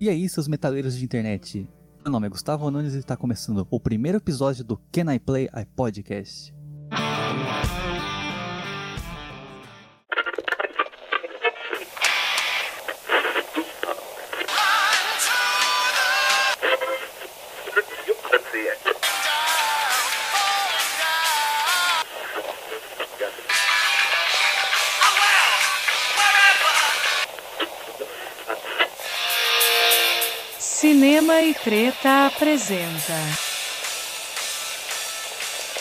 E aí, seus metaleiros de internet? Meu nome é Gustavo Nunes e está começando o primeiro episódio do Can I Play I Podcast. Cinema e Treta apresenta.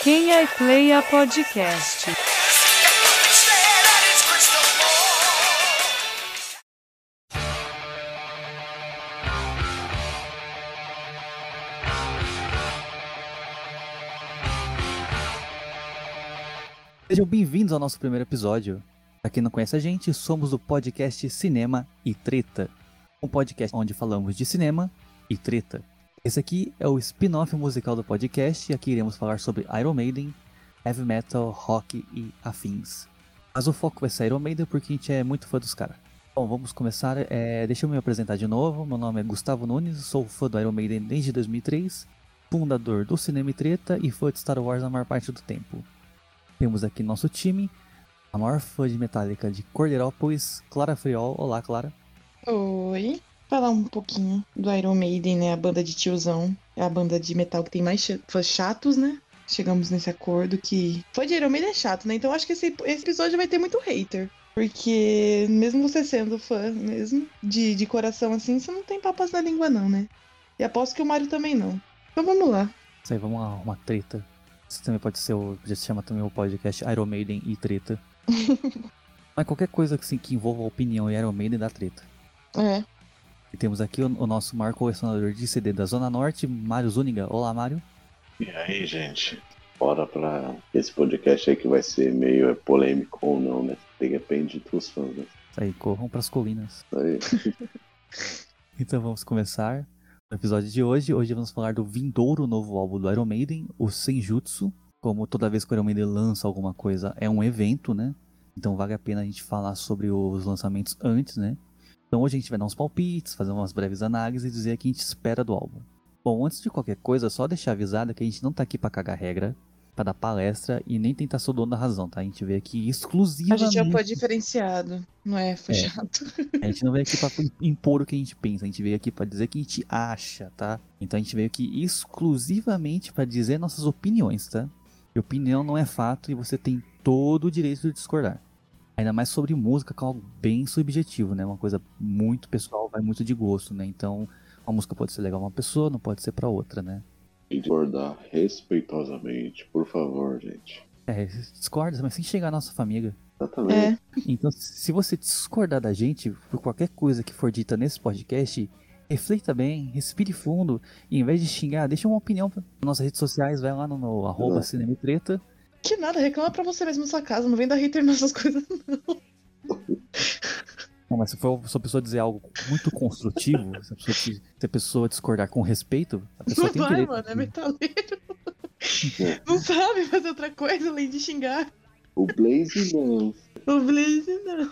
Quem é Play a podcast? Sejam bem-vindos ao nosso primeiro episódio. Pra quem não conhece a gente, somos do podcast Cinema e Treta, um podcast onde falamos de cinema e treta. Esse aqui é o spin-off musical do podcast, e aqui iremos falar sobre Iron Maiden, heavy metal, rock e afins. Mas o foco vai ser Iron Maiden porque a gente é muito fã dos caras. Bom, vamos começar. É, deixa eu me apresentar de novo. Meu nome é Gustavo Nunes, sou fã do Iron Maiden desde 2003, fundador do Cinema e Treta e fã de Star Wars na maior parte do tempo. Temos aqui nosso time, a maior fã de Metallica de Cordeirópolis, Clara Friol. Olá, Clara. Oi. Falar um pouquinho do Iron Maiden, né? A banda de tiozão. É a banda de metal que tem mais ch- fãs chatos, né? Chegamos nesse acordo que. Fã de Iron Maiden é chato, né? Então acho que esse, esse episódio vai ter muito hater. Porque, mesmo você sendo fã mesmo, de, de coração assim, você não tem papas na língua, não, né? E aposto que o Mario também não. Então vamos lá. Isso aí, vamos arrumar uma treta. Isso também pode ser o. Já se chama também o podcast Iron Maiden e Treta. Mas qualquer coisa que, assim, que envolva opinião e Iron Maiden dá treta. É. E temos aqui o, o nosso maior colecionador de CD da Zona Norte, Mário Zuniga. Olá, Mário. E aí, gente? Bora pra esse podcast aí que vai ser meio é, polêmico ou não, né? Depende dos fãs, né? Isso aí, corram pras colinas. Isso aí. Então vamos começar o episódio de hoje. Hoje vamos falar do vindouro novo álbum do Iron Maiden, o Senjutsu. Como toda vez que o Iron Maiden lança alguma coisa, é um evento, né? Então vale a pena a gente falar sobre os lançamentos antes, né? Então hoje a gente vai dar uns palpites, fazer umas breves análises e dizer o que a gente espera do álbum. Bom, antes de qualquer coisa, só deixar avisado que a gente não tá aqui pra cagar regra, pra dar palestra e nem tentar ser o dono da razão, tá? A gente veio aqui A exclusivamente... gente é um fã diferenciado, não é? Fã É. chato. A gente não veio aqui pra impor o que a gente pensa, a gente veio aqui pra dizer o que a gente acha, tá? Então a gente veio aqui exclusivamente pra dizer nossas opiniões, tá? E opinião não é fato e você tem todo o direito de discordar. Ainda mais sobre música, que é algo bem subjetivo, né? Uma coisa muito pessoal, vai muito de gosto, né? Então, uma música pode ser legal pra uma pessoa, não pode ser pra outra, né? E discordar respeitosamente, por favor, gente. É, discorda, mas sem chegar à nossa família. É. Exatamente. Então, se você discordar da gente por qualquer coisa que for dita nesse podcast, reflita bem, respire fundo, e em vez de xingar, deixa uma opinião nas nossas redes sociais, vai lá no, no arroba Exato. Cinema e Treta. Que nada, reclama pra você mesmo na sua casa, não vem dar hater nessas coisas. Não, mas se for se a pessoa dizer algo muito construtivo, se a pessoa, te- se a pessoa discordar com respeito, a pessoa Não tem vai, direito. mano, é metaleiro. não sabe fazer outra coisa além de xingar. O Blaze não. O Blaze não.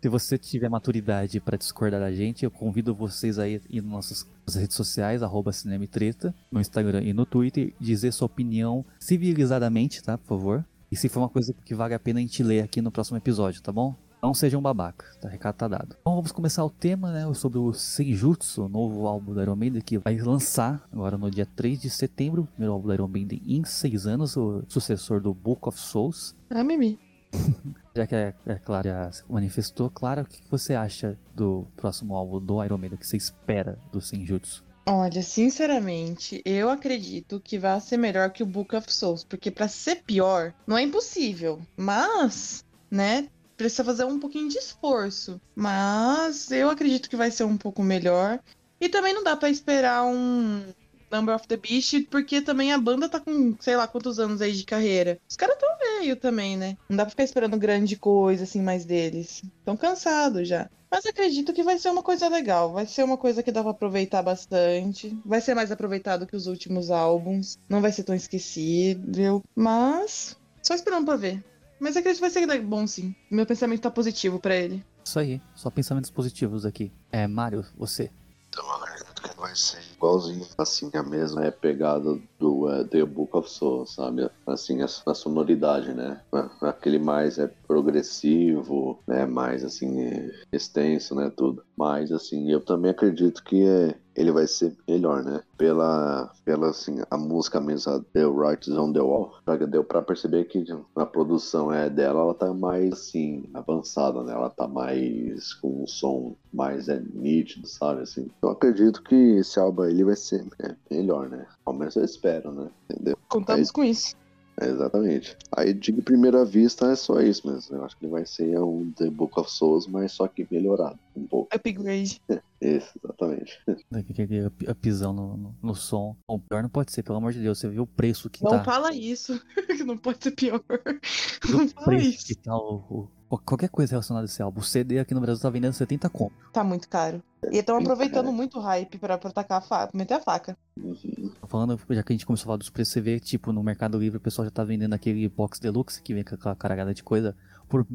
Se você tiver maturidade pra discordar da gente, eu convido vocês aí ir nas nossas nas redes sociais, arroba Cinema e Treta, no Instagram e no Twitter, dizer sua opinião civilizadamente, tá? Por favor. E se for uma coisa que vale a pena a gente ler aqui no próximo episódio, tá bom? Não seja um babaca, tá? Recado tá dado. Então vamos começar o tema, né? Sobre o Senjutsu, o novo álbum da Iron Maiden, que vai lançar agora no dia 3 de setembro. o Primeiro álbum da Iron Maiden em 6 anos, o sucessor do Book of Souls. Ah, Mimi. Já que a, a Clara já se manifestou, Clara, o que você acha do próximo álbum do Iron Maiden? O que você espera do Senjutsu? Olha, sinceramente, eu acredito que vai ser melhor que o Book of Souls, porque pra ser pior, não é impossível, mas, né, precisa fazer um pouquinho de esforço. Mas eu acredito que vai ser um pouco melhor. E também não dá pra esperar um Number of the Beast, porque também a banda tá com sei lá quantos anos aí de carreira. Os caras tão velho também, né? Não dá pra ficar esperando grande coisa assim mais deles. Tão cansados já. Mas acredito que vai ser uma coisa legal. Vai ser uma coisa que dá pra aproveitar bastante. Vai ser mais aproveitado que os últimos álbuns. Não vai ser tão esquecível. Mas. Só esperando pra ver. Mas acredito que vai ser bom sim. Meu pensamento tá positivo pra ele. Isso aí, só pensamentos positivos aqui. É, Mario, você. Então acredito que vai ser igualzinho. Assim, a mesma é pegada do eh, The Book of Souls, sabe? Assim, a, a sonoridade, né? A- Aquele mais é progressivo, né? Mais, assim, é extenso, né? Tudo. Mas, assim, eu também acredito que eh, ele vai ser melhor, né? Pela, pela assim, a música mesmo, a The Writers on the Wall, já que deu pra perceber que a produção é dela, ela tá mais, assim, avançada, né? Ela tá mais com um som mais é, nítido, sabe, assim. Eu acredito que esse álbum aí, ele vai ser é, melhor, né? Ao menos eu espero, né? Entendeu? Contamos com isso. É, exatamente. Aí, de primeira vista, é só isso mesmo. Eu acho que ele vai ser um The Book of Souls, mas só que melhorado um pouco. Upgrade. Isso, exatamente. Aquele up- upzão é no, no, no som. Bom, pior não pode ser, pelo amor de Deus. Você viu o preço que Não tá. fala isso, que não pode ser pior. viu Não o fala preço isso. que tá o, o- qualquer coisa relacionada a esse álbum. O CD aqui no Brasil tá vendendo 70 conto. Tá muito caro. E estão Sim, aproveitando cara. muito o hype pra, pra tacar a faca, meter a faca. Uhum. Tô Falando, já que a gente começou a falar dos preços, você vê, tipo, no Mercado Livre o pessoal já tá vendendo aquele box deluxe que vem com aquela caragada de coisa por R$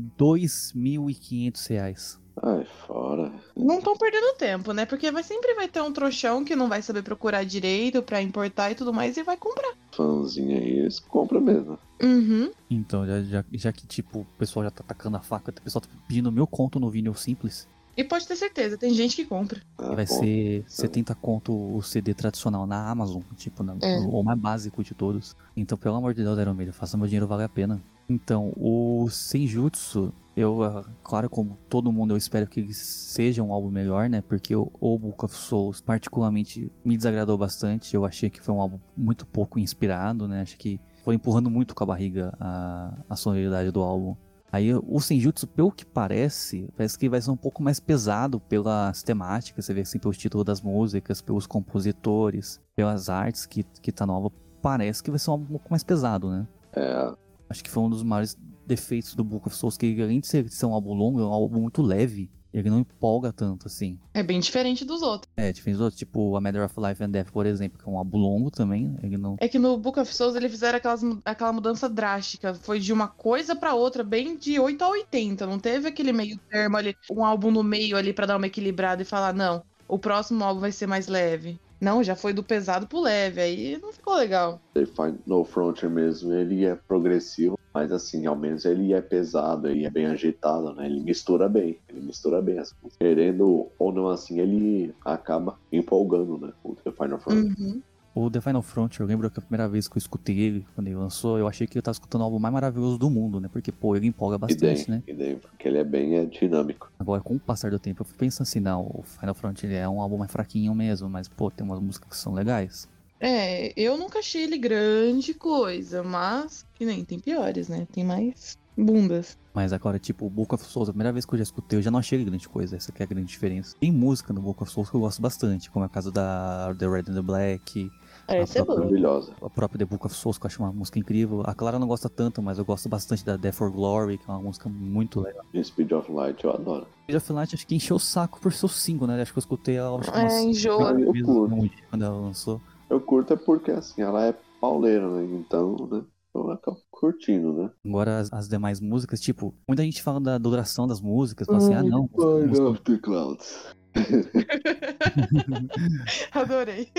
2.500 reais. Ai, fora. Não estão perdendo tempo, né? Porque vai, sempre vai ter um trouxão que não vai saber procurar direito pra importar e tudo mais e vai comprar. Fãzinho aí, eles compram mesmo. né? Uhum. Então, já, já, já que, tipo, o pessoal já tá atacando a faca, o pessoal tá pedindo meu conto no vinil simples, E pode ter certeza, tem gente que compra. Ah, vai bom. ser 70 conto o CD tradicional na Amazon, tipo, na, É. o mais básico de todos. Então, pelo amor de Deus, Iron Maiden, faça meu dinheiro valer a pena. Então, o Senjutsu, eu, ah, claro, como todo mundo, eu espero que ele seja um álbum melhor, né? Porque o o Book of Souls, particularmente, me desagradou bastante. Eu achei que foi um álbum muito pouco inspirado, né? Acho que foi empurrando muito com a barriga a, a sonoridade do álbum. Aí o Senjutsu, pelo que parece, parece que vai ser um pouco mais pesado pelas temáticas, você vê assim, pelo título das músicas, pelos compositores, pelas artes que, que tá nova, parece que vai ser um pouco mais pesado, né? É, Acho que foi um dos maiores defeitos do Book of Souls, que ele, além de ser, de ser um álbum longo, é um álbum muito leve, ele não empolga tanto, assim. É bem diferente dos outros. É, diferente do outro, tipo A Matter of Life and Death, por exemplo, que é um álbum longo também, ele não... É que no Book of Souls eles fizeram aquelas, mu- aquela mudança drástica. Foi de uma coisa pra outra, bem de 8 a 80. Não teve aquele meio termo ali, um álbum no meio ali pra dar uma equilibrada e falar, não, o próximo álbum vai ser mais leve. Não, já foi do pesado pro leve, aí não ficou legal. The Find No Frontier mesmo, ele é progressivo, mas assim, ao menos ele é pesado, ele é bem agitado, né? Ele mistura bem, ele mistura bem as coisas. Querendo ou não assim, ele acaba empolgando, né? O The Final Frontier. Uhum. O The Final Frontier, eu lembro que a primeira vez que eu escutei ele, quando ele lançou, eu achei que eu tava escutando o álbum mais maravilhoso do mundo, né? Porque, pô, ele empolga E bastante, daí, né? e daí, porque ele é bem é, dinâmico. Agora, com o passar do tempo, eu fui pensando assim, não, o Final Frontier é um álbum mais fraquinho mesmo, mas, pô, tem umas músicas que são legais. É, eu nunca achei ele grande coisa, mas que nem tem piores, né? Tem mais bundas. Mas agora, tipo, o Book of Souls, a primeira vez que eu já escutei, eu já não achei ele grande coisa, essa que é a grande diferença. Tem música no Book of Souls que eu gosto bastante, como é o caso da The Red and the Black, É, isso é própria- bom. Maravilhosa. a própria The Book of Souls, que eu acho uma música incrível. A Clara não gosta tanto, mas eu gosto bastante da Death for Glory, que é uma música muito legal. E Speed of Light, eu adoro. Speed of Light acho que encheu o saco por seu single, né? Acho que eu escutei ela acho que umas É, enjoa. quatro Eu vezes curto. num dia quando ela lançou. Eu curto é porque assim, ela é pauleira, né? Então, né? Eu acabo curtindo, né? Agora as, as demais músicas, tipo, muita gente fala da, da duração das músicas, fala Hum, assim, ah não, Ai, música- of the Clouds. Adorei.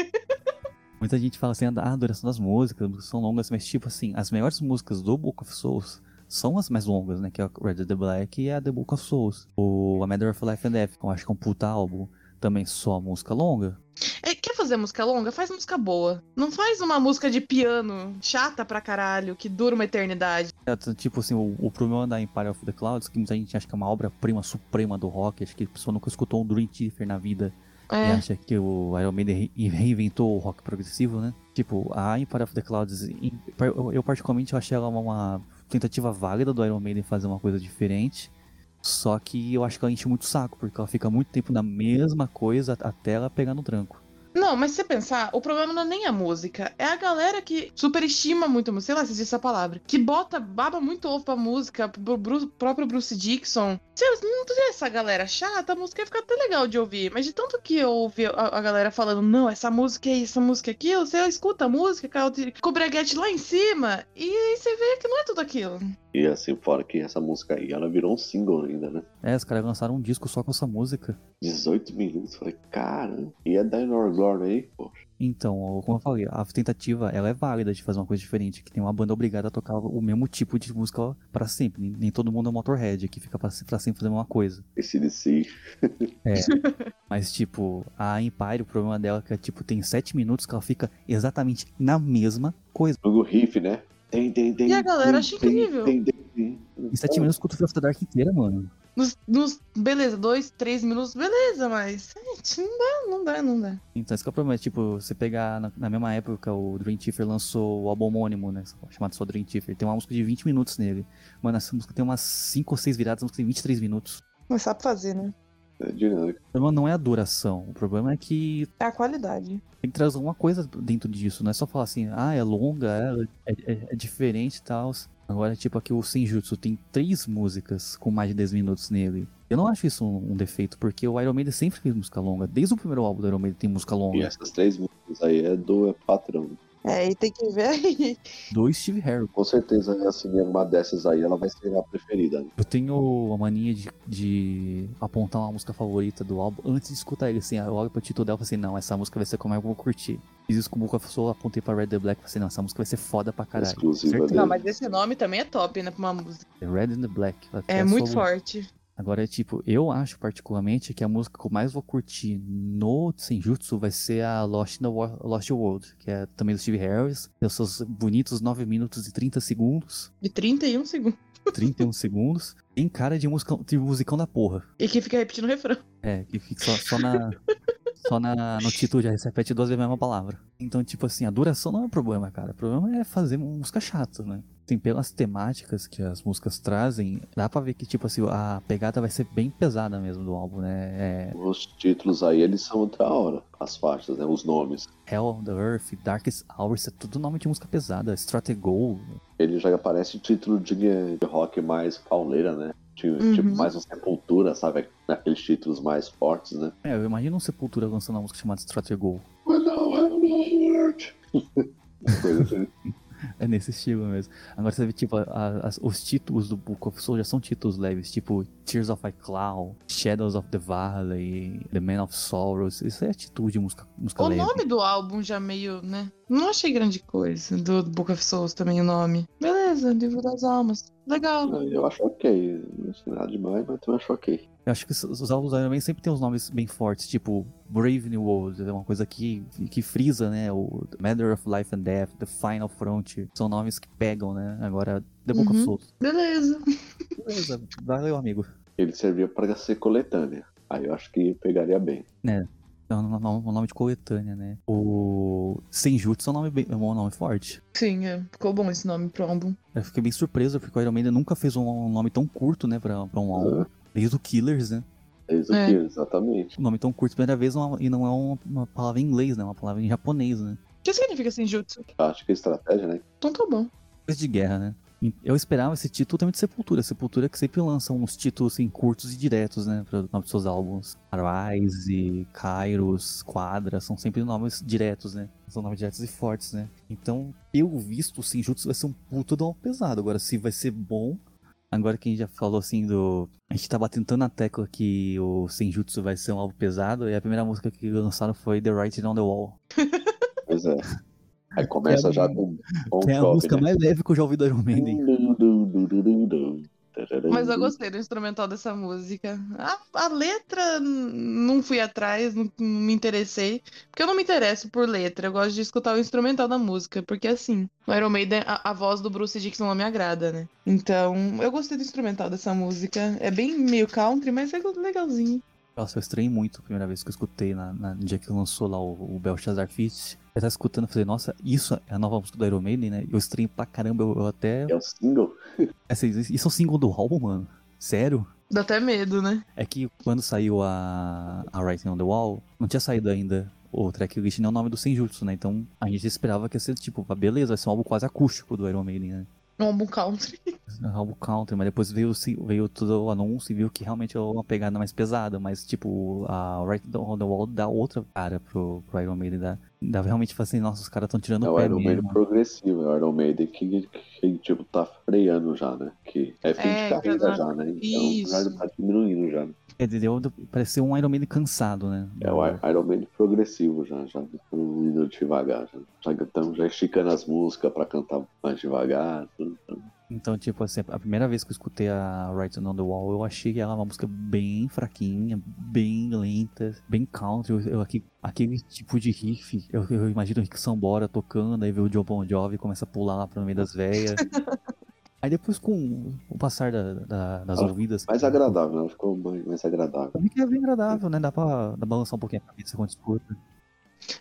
muita gente fala assim, ah, a duração das músicas, as músicas são longas, mas tipo assim, as melhores músicas do Book of Souls são as mais longas, né? Que é a Red Dead the Black e a The Book of Souls. O A Matter of Life and Death, que eu acho que é um puta álbum, também só música longa. É, quer fazer música longa? Faz música boa. Não faz uma música de piano chata pra caralho, que dura uma eternidade. É, t- tipo assim, o, o problema da Empire of the Clouds, que muita gente acha que é uma obra-prima suprema do rock, acho que a pessoa nunca escutou um Dream Theater na vida e É. acha que o Iron Maiden re- reinventou o rock progressivo, né? Tipo, a Empire of the Clouds, em- eu eu particularmente eu achei ela uma- uma tentativa válida do Iron Maiden fazer uma coisa diferente. Só que eu acho que ela enche muito o saco, porque ela fica muito tempo na mesma coisa até ela pegar no tranco. Não, Não, mas se você pensar, o problema não é nem a música. É a galera que superestima muito a música. Sei lá se existe essa palavra. Que bota baba muito ovo pra música, pro Bruce, próprio Bruce Dixon. Se eu não tiver essa galera chata, a música ia ficar até legal de ouvir. Mas de tanto que eu ouvi a, a galera falando, não, essa música é isso, essa música é aquilo, você escuta a música, caiu de- com o breguete lá em cima, e aí você vê que não é tudo aquilo. E assim, fora que essa música aí, ela virou um single ainda, né? É, os caras lançaram um disco só com essa música. 18 minutos, falei, caramba. E a Dinor Glory aí, pô. Então, como eu falei, a tentativa ela é válida de fazer uma coisa diferente, que tem uma banda obrigada a tocar o mesmo tipo de música pra sempre. Nem- Nem todo mundo é um Motorhead, que fica pra se- pra sempre fazendo a mesma coisa. Esse DC, Mas, tipo, a Empire, o problema dela é que, tipo, tem sete minutos que ela fica exatamente na mesma coisa. jogo riff, né? Tem, tem, tem. E a galera tem, acha tem, incrível. Tem, tem, tem. Em É. sete minutos, escuta o Fear of the Dark inteira, mano. Nos, nos- beleza, dois, três minutos, beleza, mas. Gente, não dá, não dá, não dá. Então, esse que é o problema. é, Tipo, você pegar na, na mesma época, o Dream Theater lançou o álbum homônimo, né? Chamado só Dream Theater. Tem uma música de 20 minutos nele. Mano, essa música tem umas 5 ou 6 viradas, a música tem 23 minutos. Mas sabe fazer, né? É dinâmico. O problema não é a duração. O problema é que É a qualidade. tem que trazer alguma coisa dentro disso. Não é só falar assim, ah, é longa, é, é- é- é diferente e tal. Agora, tipo, aqui o Senjutsu tem três músicas com mais de 10 minutos nele. Eu não acho isso um, um defeito, porque o Iron Maiden sempre fez música longa. Desde o primeiro álbum do Iron Maiden tem música longa. E essas três músicas aí é do é patrão. É, e tem que ver aí. Do Steve Harris. Com certeza, assim, uma dessas aí, ela vai ser a preferida. né? Eu tenho a mania de, de apontar uma música favorita do álbum antes de escutar ele, assim, eu olho pro título dela e falo assim, não, essa música vai ser como eu vou curtir. Fiz isso com o Book of Soul, apontei pra Red The Black e falei assim, não, essa música vai ser foda pra caralho. Exclusiva Certeza. dele. Não, mas esse nome também é top, né? Pra uma música. Red and the Black. ela É é muito solo. forte. Agora, tipo, eu acho particularmente que a música que eu mais vou curtir no Senjutsu vai ser a Lost, in the Wo- Lost World, que é também do Steve Harris. Tem os seus bonitos 9 minutos e 30 segundos, De 31 segundos. 31 segundos. Tem cara de musicão, de musicão da porra. E que fica repetindo o refrão. É, que fica só, só na. Só na, no título já se repete duas vezes a mesma palavra. Então, tipo assim, a duração não é um problema, cara. O problema é fazer música chata, né? Tem pelas temáticas que as músicas trazem, dá pra ver que, tipo assim, a pegada vai ser bem pesada mesmo do álbum, né? É Os títulos aí, eles são da hora. As faixas, né? Os nomes. Hell on the Earth, Darkest Hours, é tudo nome de música pesada. Stratego. Ele já aparece título de, de rock mais pauleira, né? Tipo, Uhum. tipo, mais uma sepultura, sabe? Aqueles títulos mais fortes, né? É, eu imagino um Sepultura lançando uma música chamada Stratego. Mas não, é o Lord. Coisa assim. É nesse estilo mesmo. Agora você vê, tipo, a- as- os títulos do Book of Souls já são títulos leves, tipo Tears of My Cloud, Shadows of the Valley, The Man of Sorrows. Isso é atitude de música, música O leve. nome do álbum já meio, né? Não achei grande coisa. Do Book of Souls também o nome. Beleza, Livro das Almas. Legal. Eu acho ok. Não achei nada demais, mas também acho ok. Eu acho que os- os álbuns do Iron Maiden sempre tem uns nomes bem fortes, tipo Brave New World, é uma coisa que, que frisa, né? O Matter of Life and Death, The Final Frontier. São nomes que pegam, né? Agora, The Book of Uhum. Souls. Beleza. Beleza, valeu, amigo. Ele servia pra ser coletânea. Aí eu acho que pegaria bem. É um no- um nome de coletânea, né? O Senjutsu é um nome, bem, é um nome forte. Sim, é, ficou bom esse nome pro álbum. Eu fiquei bem surpreso, porque o Iron Maiden nunca fez um nome tão curto, né, pra, pra um álbum. Desde o Killers, né? Eles o É. que? Exatamente. Um nome tão curto, primeira vez, uma- e não é uma, uma palavra em inglês, né? Uma palavra em japonês, né? O que significa Senjutsu? Acho que a estratégia, né? Então tá bom. Coisa de guerra, né? E Eu esperava esse título também de Sepultura. Sepultura que sempre lança uns títulos, assim, curtos e diretos, né? Para nome dos seus álbuns. Arise, Kairos, Quadra, são sempre nomes diretos, né? São nomes diretos e fortes, né? Então, eu visto, o Senjutsu vai ser um puto de um pesado. Agora, se vai ser bom... Agora que a gente já falou, assim, do... A gente tava tentando na tecla que o Senjutsu vai ser um álbum pesado. E a primeira música que lançaram foi The Writing on the Wall. Pois é. Aí começa É, já com. com Que é a drop, música né? mais leve que eu já ouvi do Iron Maiden. Mas eu gostei do instrumental dessa música. A, a letra, n- não fui atrás, não, não me interessei. Porque eu não me interesso por letra, eu gosto de escutar o instrumental da música. Porque assim, no Iron Maiden, a, a voz do Bruce Dixon não me agrada, né? Então, eu gostei do instrumental dessa música. É bem meio country, mas é legalzinho. Nossa, eu estranhei muito a primeira vez que eu escutei na, na- no dia que lançou lá o, o Belshazzar Fist. Eu tava escutando e falei, nossa, isso é a nova música do Iron Maiden, né? Eu estranhei pra caramba, eu, eu até. É o single? Essa- Isso é o single do álbum, mano? Sério? Dá até medo, né? É que quando saiu a, a Writing on the Wall, não tinha saído ainda o tracklist não é o nome do Senjutsu, né? Então a gente esperava que ia ser tipo, ah, beleza, vai ser um álbum quase acústico do Iron Maiden, né? Um álbum country. Um álbum country, mas depois veio, o si- veio todo o anúncio e viu que realmente é uma pegada mais pesada, mas tipo, a Right on the Wall dá outra cara pro, pro Iron Maiden, dá, dá realmente falar assim, nossa, os caras estão tirando É o o pé Iron Maiden mesmo. progressivo, é o Iron Maiden que, que, que, tipo, tá freando já, né? Que é fim É, de carreira exato. já, né? Então já Isso. tá diminuindo já. né? É, entendeu? Parece ser um Iron Maiden cansado, né? É o I- Iron Maiden progressivo já, já indo devagar. Já, já, então, já esticando as músicas pra cantar mais devagar. tudo, tudo. Então, tipo assim, a primeira vez que eu escutei a Writing on the Wall, eu achei ela uma música bem fraquinha, bem lenta, bem country. Eu, eu aqui, aquele tipo de riff, eu, eu imagino o Rick Sambora tocando, aí vê o John Bon Jovi e começa a pular lá pro meio das veias. aí depois, com o passar da- da- das Ah, ouvidas... Mais agradável, né? ela ficou mais, mais agradável. Como que é bem agradável, né? Dá pra, dá pra balançar um pouquinho a cabeça quando escuta.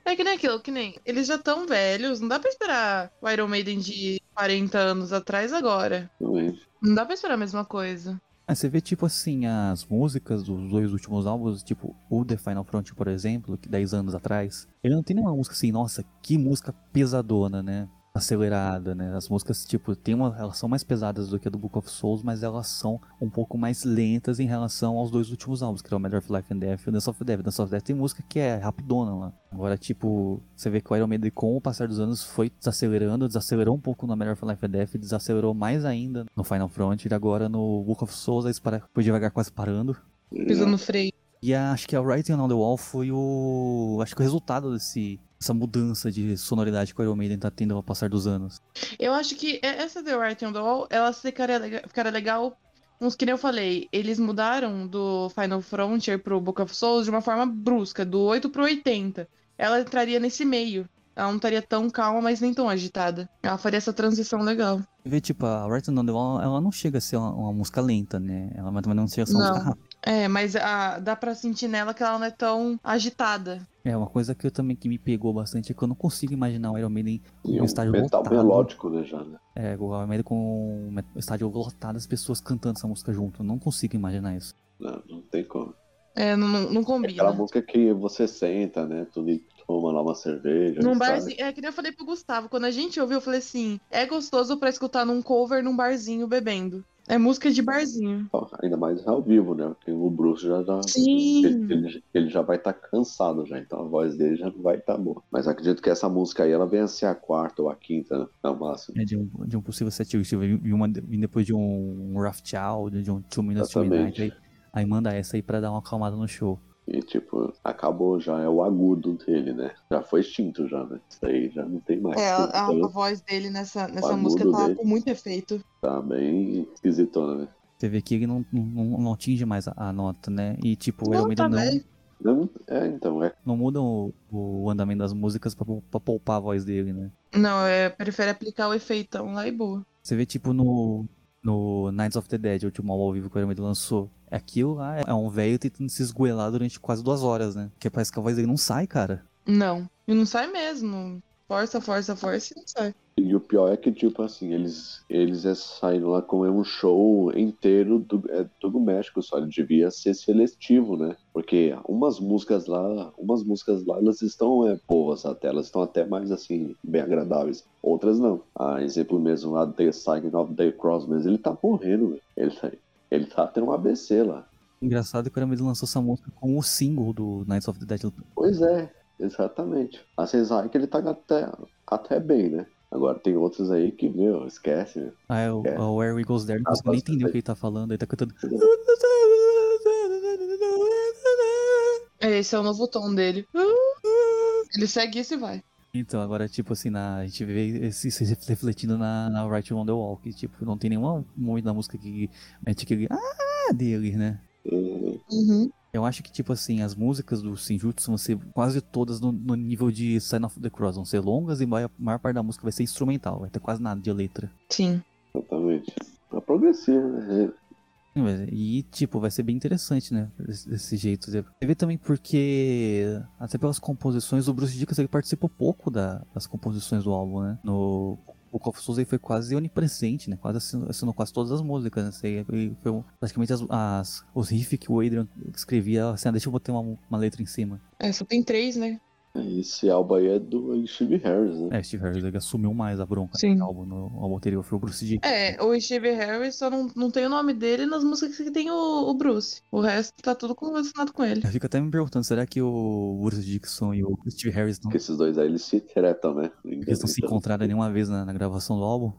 É que nem aquilo, que nem. Eles já estão velhos, não dá pra esperar o Iron Maiden de 40 anos atrás agora. Também. Não dá pra esperar a mesma coisa. Aí você vê, tipo assim, as músicas dos dois últimos álbuns, tipo o The Final Front, por exemplo, que 10 anos atrás, ele não tem nenhuma música assim, nossa, que música pesadona, né? Acelerada, né? As músicas, tipo, tem uma, elas são mais pesadas do que a do Book of Souls, mas elas são um pouco mais lentas em relação aos dois últimos álbuns, que é o Matter of Life and Death e o Dance of Death. Dance of Death tem música que é rapidona lá. Agora, tipo, você vê que o Iron Maiden, com o passar dos anos, foi desacelerando, desacelerou um pouco no Matter of Life and Death, desacelerou mais ainda no Final Frontier, agora no Book of Souls, aí para- foi devagar quase parando. Pisando no freio. E a- acho que a Writing on the Wall foi o. Acho que o resultado desse. Essa mudança de sonoridade que o Iron Maiden tá tendo ao passar dos anos. Eu acho que e- essa The Writing on the Wall, ela ficaria, lega- ficaria legal. Uns que nem eu falei, eles mudaram do Final Frontier pro Book of Souls de uma forma brusca, do 8 pro 80. Ela entraria nesse meio. Ela não estaria tão calma, mas nem tão agitada. Ela faria essa transição legal. Você vê, tipo, a Writing on the Wall, ela não chega a ser uma, uma música lenta, né? Ela mas também não chega a ser uma Não. música rápida. É, mas a- dá pra sentir nela que ela não é tão agitada. É, uma coisa que eu também que me pegou bastante é que eu não consigo imaginar o Iron Maiden E no um estádio metal lotado. melódico, né, já, né? É, o Iron Maiden com o met- o estádio lotado, as pessoas cantando essa música junto. Eu não consigo imaginar isso. Não, não tem como. É, não, não- não É aquela combina. música que você senta, né? Tu li- toma lá uma cerveja. Num sabe? barzinho, é que nem eu falei pro Gustavo, quando a gente ouviu, eu falei assim: é gostoso pra escutar num cover num barzinho bebendo. É música de barzinho. Ó, Ainda mais ao vivo, né? Porque o Bruce já. já Sim. Ele, ele- ele já vai estar cansado já, então a voz dele já não vai estar boa. Mas acredito que essa música aí, ela venha a ser a quarta ou a quinta, né? No máximo. É, de, um, de um possível set list. E uma de- e depois de um Rough Child, de um Two Minutes to Midnight. Exatamente. Aí, aí manda essa aí pra dar uma acalmada no show. E tipo, acabou já, é o agudo dele, né? Já foi extinto já, né? Isso aí já não tem mais. É, a, a Então, voz dele nessa, nessa Bagulho música tá dele. com muito efeito. Tá bem esquisitona, né? Você vê que ele não, não, não atinge mais a, a nota, né? E tipo, o Iron tá Maiden não, bem. Não, é, então, é. não muda o, o andamento das músicas pra, pou- pra poupar a voz dele, né? Não, é, prefere aplicar o efeitão lá e boa. Você vê tipo no, no Nights of the Dead, o último álbum ao vivo que o Iron Maiden lançou. Aquilo lá é um velho tentando se esgoelar durante quase duas horas, né? Porque parece que a voz dele não sai, cara. Não. E não sai mesmo. Força, força, força e não sai. E o pior é que, tipo assim, eles, eles é saíram lá com um show inteiro do, é, do México, só ele devia ser seletivo, né? Porque umas músicas lá, umas músicas lá, elas estão é, boas até, elas estão até mais assim, bem agradáveis. Outras não. A exemplo mesmo lá, The Sign of the Cross, mas ele tá morrendo, velho. ele tá, ele tá tendo um ABC lá. Engraçado que o Iron Maiden lançou essa música com o single do Nights of the Dead Pois é, exatamente. A Cesar que ele tá até, até bem, né? Agora tem outros aí que, meu, esquece, meu. Ah, é o, É. o Where We Goes There, não Ah, consigo nem pode entender o ser. que ele tá falando, ele tá cantando. Esse é o novo tom dele. Ele segue isso e vai. Então, agora, tipo assim, na, a gente vê esse- se refletindo na, na Right on the Wall, que, tipo, não tem nenhum momento da música que mete aquele ah dele, né? Uhum. Uhum. Eu acho que, tipo assim, as músicas do Shinjutsu vão ser quase todas no, no nível de Sign of the Cross, vão ser longas e a maior, maior parte da música vai ser instrumental, vai ter quase nada de letra. Sim. Exatamente. É progressivo, né? Sim, mas- E, tipo, vai ser bem interessante, né? Desse, desse jeito. Você vê também porque, até pelas composições, o Bruce Dickinson ele participou pouco da- das composições do álbum, né? No Book of Souls ele foi quase onipresente, né? Quase assinou, assinou quase todas as músicas, né? Isso aí, Ele foi um- praticamente as, as- os riffs que o Adrian escrevia, assim, ah, deixa eu botar uma, uma letra em cima. É, só tem três, né? Esse álbum aí é do Steve Harris, né? É, Steve Harris ele assumiu mais a bronca Sim. no álbum, no álbum anterior foi o Bruce Dickinson. É, o Steve Harris só não, não tem o nome dele nas músicas que tem o, o Bruce. O resto tá tudo relacionado com ele. Eu fico até me perguntando, será que o Bruce Dickinson e o Steve Harris não, Porque esses dois aí eles se tretam, né? É. eles não se encontraram nenhuma vez na, na gravação do álbum?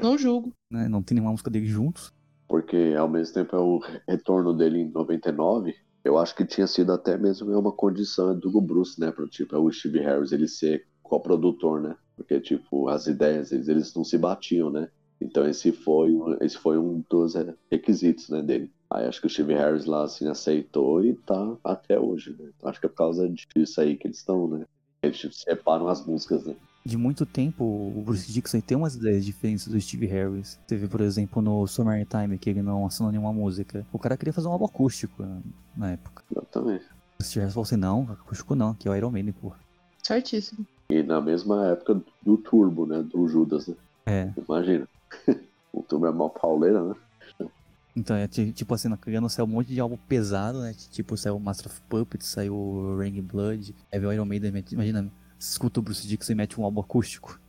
Não julgo. né? Não tem nenhuma música deles juntos. Porque ao mesmo tempo é o retorno dele em 99. Eu acho que tinha sido até mesmo uma condição do Bruce, né? Pro tipo, é o Steve Harris ele ser coprodutor, né? Porque, tipo, as ideias, eles, eles não se batiam, né? Então esse foi, um- esse foi um dos é, requisitos, né, dele. Aí acho que o Steve Harris lá, assim, aceitou e tá até hoje, né? Então, acho que é por causa disso aí que eles estão, né? Eles tipo, separam as músicas, né? De muito tempo, o Bruce Dickinson tem umas ideias diferentes do Steve Harris. Teve, por exemplo, no Summertime, que ele não assinou nenhuma música. O cara queria fazer um álbum acústico né, na época. Exatamente. O Steve Harris falou assim, não, acústico não, que é o Iron Maiden, pô. Certíssimo. E na mesma época do Turbo, né? Do Judas, né? É, Imagina. o Turbo é uma pauleira, né? então, é, ti- tipo assim, na criança saiu um monte de álbum pesado, né? que, Tipo, saiu o Master of Puppets, saiu o Rain in Blood, aí veio o Iron Maiden, mete- imagina, você escuta o Bruce Dickinson e mete um álbum acústico.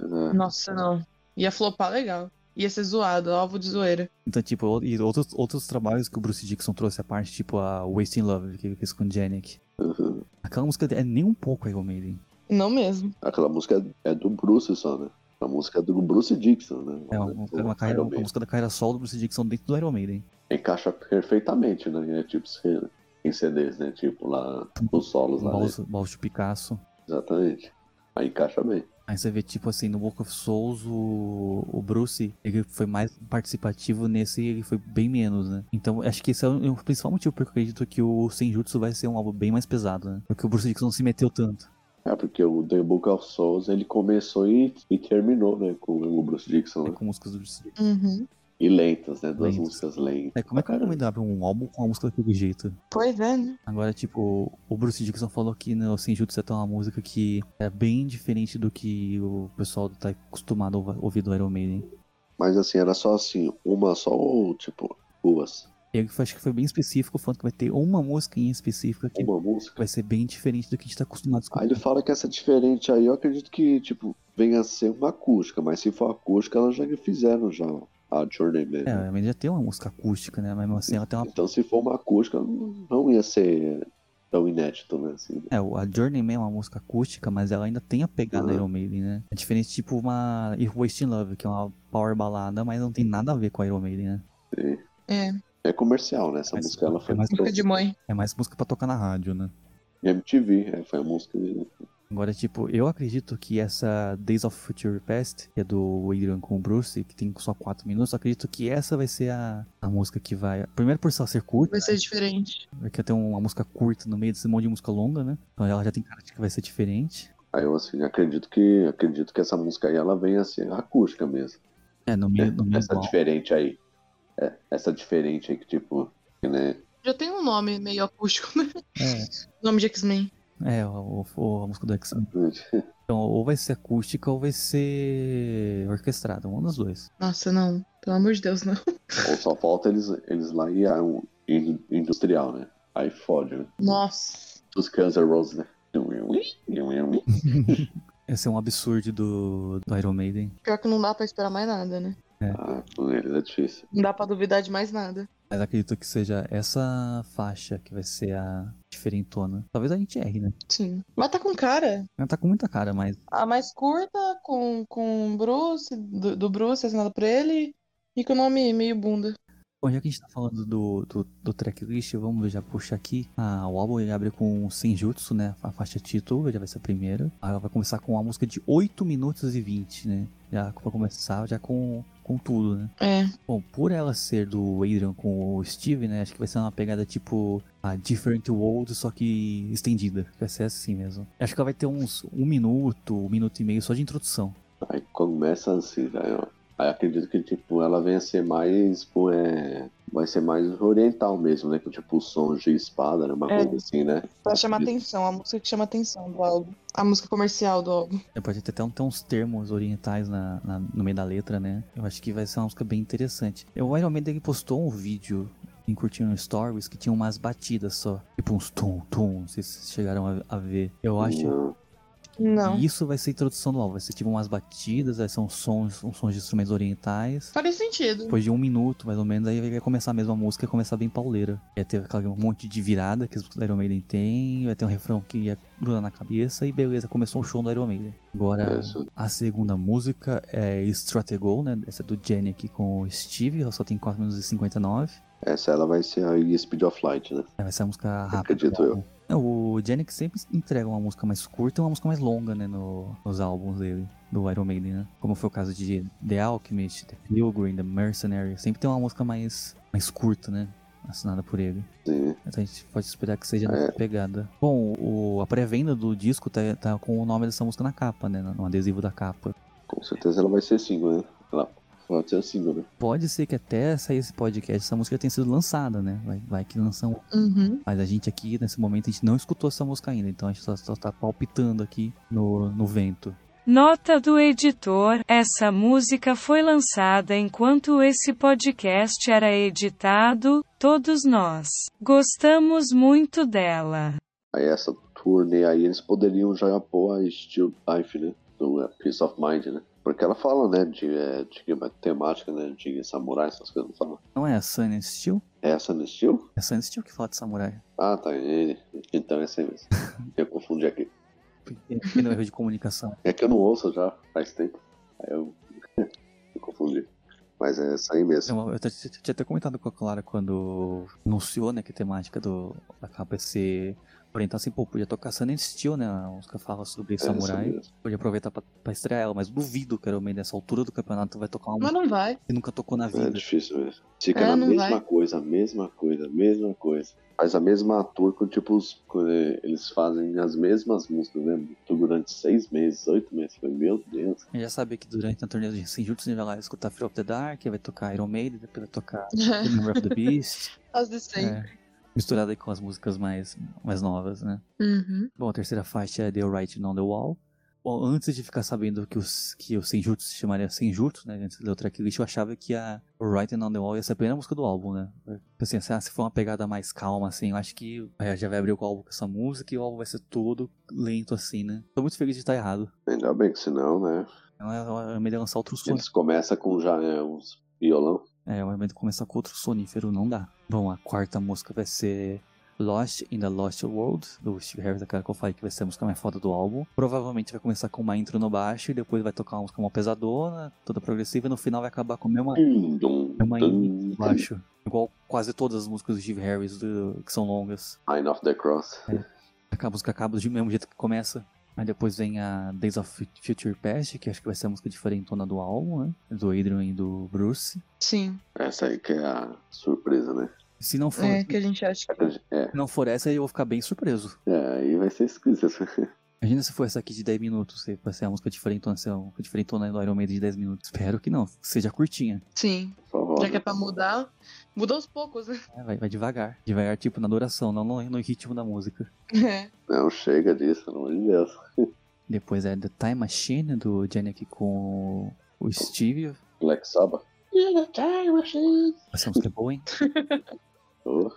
É, Nossa, não. Ia flopar legal. Ia ser zoado, alvo de zoeira. Então, tipo, o- e outros, outros trabalhos que o Bruce Dickinson trouxe à parte, tipo a Wasting Love, que ele fez com o Janik. uhum. Aquela música é nem um pouco Iron Maiden. Não mesmo. Aquela música é do Bruce só, né? A música é do Bruce Dixon, né? É uma, Do é uma carreira- Iron uma Maiden. música da carreira solo do Bruce Dickinson dentro do Iron Maiden. Encaixa perfeitamente, né? É tipo se- em CDs, né? Tipo lá nos solos lá. né? Balls, Balls Um de Picasso. Exatamente. Aí encaixa bem. Aí você vê, tipo assim, no Walk of Souls, o, o Bruce, ele foi mais participativo nesse e ele foi bem menos, né? Então, acho que esse é o, o principal motivo porque eu acredito que o Senjutsu vai ser um álbum bem mais pesado, né? Porque o Bruce Dickinson não se meteu tanto. É porque o The Book of Souls ele começou e, e terminou, né? Com o Bruce Dixon, né, né? com músicas do Bruce Dickinson. Uhum. E lentas, né? Duas Lentas. músicas lentas. É, como é que eu recomendava um álbum com uma música daquele jeito? Pois é, né? Agora, tipo, o Bruce Dickinson falou que no Senjutsu é uma música que é bem diferente do que o pessoal tá acostumado a ouvir do Iron Maiden. Mas assim, era só assim, uma só ou tipo duas? Ele foi- acho que foi bem específico, falando que vai ter uma música em específica que Uma música? vai ser bem diferente do que a gente tá acostumado a escutar. Aí ele fala que essa diferente aí, eu acredito que, tipo, venha a ser uma acústica, mas se for acústica, elas já fizeram já a Journeyman. É, né? mas já tem uma música acústica, né? Mas mesmo assim ela tem uma. Então se for uma acústica, não não ia ser tão inédito, né? Assim, É, o- a Journeyman é uma música acústica, mas ela ainda tem a pegada Uhum. Iron Maiden, né? É diferente, tipo, uma e Wasting Love, que é uma power balada, mas não tem nada a ver com a Iron Maiden, né? É. é comercial, né? Essa Mas- música ela foi é mais- Música de mãe. É mais música pra tocar na rádio, né? MTV, é, foi a música. Agora, tipo, eu acredito que essa Days of Future Past, que é do Adrian com o Bruce, que tem só 4 minutos, eu acredito que essa vai ser a, a música que vai. Primeiro por só ser curta, Vai ser diferente. porque tem uma música curta no meio desse monte de música longa, né? Então ela já tem cara de que vai ser diferente. Aí eu assim, acredito que acredito que essa música aí ela venha a ser acústica mesmo. É, no né? meio, no meio do Essa álbum. diferente aí. É, essa diferente aí que, tipo, né? Já tem um nome meio acústico, né? É, Nome de X-Men. é o, o- a música do X-Men. Então, ou vai ser acústica ou vai ser orquestrada, uma das duas. Nossa, não. Pelo amor de Deus, não. Ou só falta eles, eles lá e ah, um in- industrial, né? Aí fode, né? Nossa. Os Guns N' Roses, né? Esse é um absurdo do, do Iron Maiden. Pior que não dá pra esperar mais nada, né? Ah, com eles é difícil. Não dá pra duvidar de mais nada. Mas acredito que seja essa faixa que vai ser a diferentona. Talvez a gente erre, né? Sim. Mas tá com cara. Ela tá com muita cara, mas A mais curta, com, com o Bruce, do, do Bruce, assinado por ele. E com o nome meio bunda. bom, já que a gente tá falando do, do, do tracklist, vamos já puxar aqui. Ah, o álbum ele abre com Senjutsu, né? A faixa título, já vai ser a primeira. Aí ela vai começar com uma música de 8 minutos e 20, né? Já pra começar, já com, com tudo, né? É. Bom, por ela ser do Adrian com o Steve, né? Acho que vai ser uma pegada tipo a Different World, só que estendida. Vai ser assim mesmo. Acho que ela vai ter uns um minuto, um minuto e meio só de introdução. Aí começa assim, aí, ó. Aí acredito que, tipo, ela venha a ser mais, pô, é... Vai ser mais oriental mesmo, né? Com, tipo, o som de espada, né? Uma É. coisa assim, né? Pra chamar Acredito. atenção. A música que chama atenção do álbum. A música comercial do álbum. É, Pode ter até um- ter uns termos orientais na, na- no meio da letra, né? Eu acho que vai ser uma música bem interessante. O Iron Maiden ele postou um vídeo em curtindo stories que tinha umas batidas só. Tipo uns tum-tum, vocês chegaram a, a ver. Eu acho. Não. Não. E isso vai ser a introdução do álbum. Vai ser tipo umas batidas, aí são sons, uns sons de instrumentos orientais. Faria sentido. Depois de um minuto, mais ou menos, aí vai começar a mesma música, vai começar bem pauleira. Ia ter aquele monte de virada que os Iron Maiden tem, vai ter um refrão que ia grudar na cabeça, e beleza, começou o show do Iron Maiden. Agora, É isso. a segunda música é Stratego, né? Essa é do Jenny aqui com o Steve, ela só tem 4 minutos e 59. Essa ela vai ser a Speed of Light, né? É, vai ser a música rápida. Acredito eu. É, O Janik sempre entrega uma música mais curta e uma música mais longa, né, no- nos álbuns dele, do Iron Maiden, né? Como foi o caso de The Alchemist, The Pilgrim, The Mercenary. Sempre tem uma música mais, mais curta, né? Assinada por ele. Sim. Então a gente pode esperar que seja É. nessa pegada. Bom, o- a pré-venda do disco tá, tá com o nome dessa música na capa, né? No adesivo da capa. Com certeza ela vai ser single, né? Ela pode ser single, né? Pode ser que até sair esse podcast essa música já tenha sido lançada, né? Vai, vai que lançam Uhum. Mas a gente aqui, nesse momento, a gente não escutou essa música ainda, então a gente só, só tá palpitando aqui no, no vento. Nota do editor: essa música foi lançada enquanto esse podcast era editado. Todos nós gostamos muito dela. Aí essa turnê aí eles poderiam já pôr a Still Life, né? Do é, Peace of Mind, né? Porque ela fala, né? De, é, de que- temática, né? De samurai, essas coisas, não fala? Não é a Sunny Steel? É essa no estilo? É a Sunny Steel que fala de samurai. Ah, tá. é, Então é essa mesmo. Eu confundi aqui. Pequeno um erro de comunicação. É que eu não ouço já faz tempo. Aí eu, eu confundi. Mas é essa aí mesmo. Eu, eu até- eu tinha até comentado com a Clara quando anunciou, né, que a temática do, da capa é ser orientar assim, pô, podia tocar Sunny Steel, né, a música fala sobre É essa samurai, mesmo. podia aproveitar pra, pra estrear ela, mas duvido que o Iron Maiden, nessa altura do campeonato, vai tocar uma Mas música não vai. que nunca tocou na É vida. difícil mesmo. Fica É, na não mesma vai. coisa, a mesma coisa, a mesma coisa. Faz a mesma tour com tipo os, com, eh, eles fazem as mesmas músicas, né? Durante seis meses, oito meses. Falei, meu Deus. A gente já sabia que durante a turnê de Senjutsu, a gente vai lá escutar Fear of the Dark, vai tocar Iron Maiden, depois vai tocar Remember of the Beast, As de sempre. é, misturada aí com as músicas mais, mais novas, né? Uhum. Bom, a terceira faixa é The Writing on the Wall. Bom, antes de ficar sabendo que, os, que o Senjutsu se chamaria Senjutsu, né? Antes da tracklist, eu achava que a Writing on the Wall ia ser a primeira música do álbum, né? Pensei assim, ah, se for uma pegada mais calma, assim, eu acho que é, já vai abrir o álbum com essa música e o álbum vai ser todo lento, assim, né? Tô muito feliz de estar errado. Ainda bem que senão, né? Ela- Ela é melhor lançar outro som. Eles começam com já né, uns violão. É, o momento começar com outro sonífero não dá. Bom, a quarta música vai ser Lost in the Lost World, do Steve Harris, aquela que eu falei que vai ser a música mais foda do álbum. Provavelmente vai começar com uma intro no baixo e depois vai tocar uma música uma pesadona, toda progressiva, e no final vai acabar com a mesma, Dum, dum, É mesma intro dum. no baixo. Igual quase todas as músicas do Steve Harris do- que são longas. Line of the Cross. É. Acaba, a música acaba do mesmo jeito que começa. Aí depois vem a Days of Fu- Future Past, que acho que vai ser a música diferentona do álbum, né? Do Adrian e do Bruce. Sim. Essa aí que é a surpresa, né? Se não for, É, que a gente acha. É, se não for essa, eu vou ficar bem surpreso. é aí vai ser esquisito. Imagina se for essa aqui de 10 minutos, se vai ser uma música diferentona, se é uma música diferentona do Iron Maiden de 10 minutos. Espero que não, que seja curtinha. Sim. Por favor. né? Já que é pra mudar, muda aos poucos, né? É, vai, vai devagar. Devagar, tipo, na duração, não no, no ritmo da música. É. Não, chega disso, pelo amor de Deus. Depois é The Time Machine, do Janek com o Steve. Black Sabbath. Yeah, time machine. Essa música é boa, hein? Oh,